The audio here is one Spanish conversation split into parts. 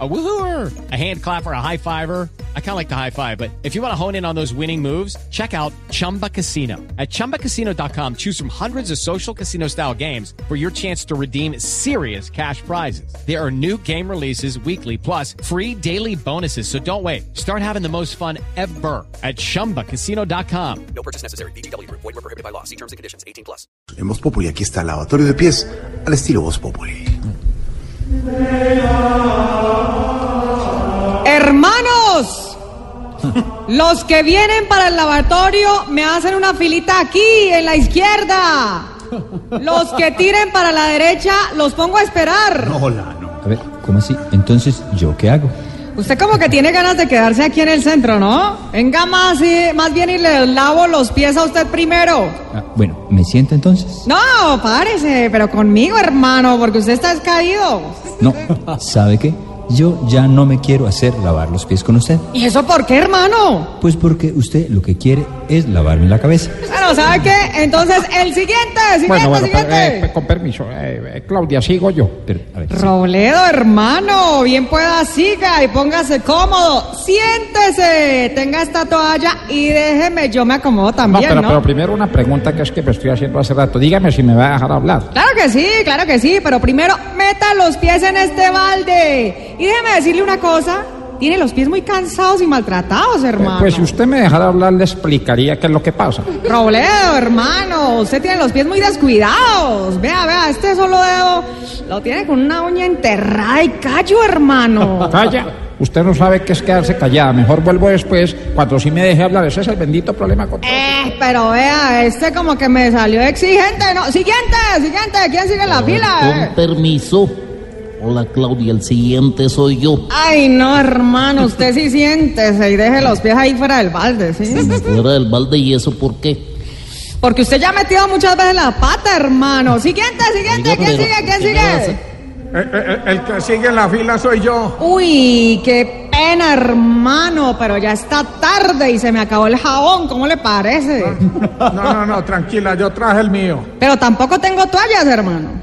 A woohooer, a hand clapper, a high fiver. I kind of like the high five, but if you want to hone in on those winning moves, check out Chumba Casino. At chumbacasino.com, choose from hundreds of social casino style games for your chance to redeem serious cash prizes. There are new game releases weekly, plus free daily bonuses. So don't wait. Start having the most fun ever at chumbacasino.com. No purchase necessary. BGW. Void were prohibited by law. See terms and conditions. 18 plus. En Voz Populi, aquí está el lavatorio de pies al estilo Voz Populi. Hermanos, los que vienen para el lavatorio me hacen una filita aquí, en la izquierda. Los que tiren para la derecha los pongo a esperar. A ver, ¿cómo así? Entonces, ¿yo qué hago? Usted como que tiene ganas de quedarse aquí en el centro, ¿no? Venga más, y- más bien y le lavo los pies a usted primero. Ah, bueno, ¿me siento entonces? No, párese, pero conmigo, hermano, porque usted está escaído. No, ¿sabe qué? Yo ya no me quiero hacer lavar los pies con usted. ¿Y eso por qué, hermano? Pues porque usted lo que quiere es lavarme la cabeza. Bueno, ¿sabe qué? Entonces, el siguiente, siguiente, Bueno, bueno, pero, siguiente. eh, con permiso. eh, eh, Claudia, sigo yo. Pero, a ver, sí. Robledo, hermano, bien pueda, siga y póngase cómodo. Siéntese, tenga esta toalla y déjeme, yo me acomodo No, también, pero, ¿no? pero primero una pregunta que es que me estoy haciendo hace rato. Dígame si me va a dejar hablar. Claro que sí, claro que sí, pero primero meta los pies en este balde. Y déjeme decirle una cosa, tiene los pies muy cansados y maltratados, Eh, hermano. Pues si usted me dejara hablar, le explicaría qué es lo que pasa. Robledo, hermano, usted tiene los pies muy descuidados. Vea, vea, este solo dedo lo tiene con una uña enterrada y callo, hermano. Calla. Usted no sabe qué es quedarse callada. Mejor vuelvo después cuando sí me deje hablar. Ese es el bendito problema con todo. Eh, pero vea, este como que me salió exigente, ¿no? Siguiente, siguiente, ¿quién sigue en la fila? Con eh? permiso. Hola Claudia, el siguiente soy yo. Ay, no, hermano, usted sí siéntese y deje los pies ahí fuera del balde, ¿sí? Fuera del balde y eso por qué. Porque usted ya ha metido muchas veces la pata, hermano. Siguiente, siguiente, Oiga, ¿quién pero, sigue? ¿Quién ¿qué me hace? sigue? Eh, el que sigue en la fila soy yo. Uy, qué pena, hermano, pero ya está tarde y se me acabó el jabón, ¿cómo le parece? No, no, no, tranquila, yo traje el mío. Pero tampoco tengo toallas, hermano.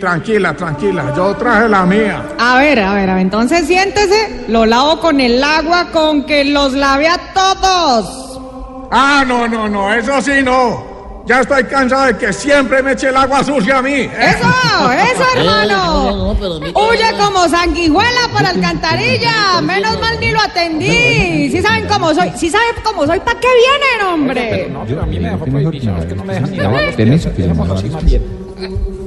Tranquila, tranquila, yo traje la mía. A ver, a ver, a ver, entonces siéntese, lo lavo con el agua con que los lavé a todos. Ah, no, no, no, eso sí no. Ya estoy cansado de que siempre me eche el agua sucia a mí. Eso, eso, Eh, no, hermano. no, pero mira, Huye eh. como sanguijuela para alcantarilla. Menos mal ni lo atendí. Si saben cómo soy, si saben cómo soy, ¿para qué vienen, hombre? No, pero a mí me dejó prohibición, es que no me dejan ni Lavar lavar los los pies, pies, permiso, tenemos lavar así los más bien.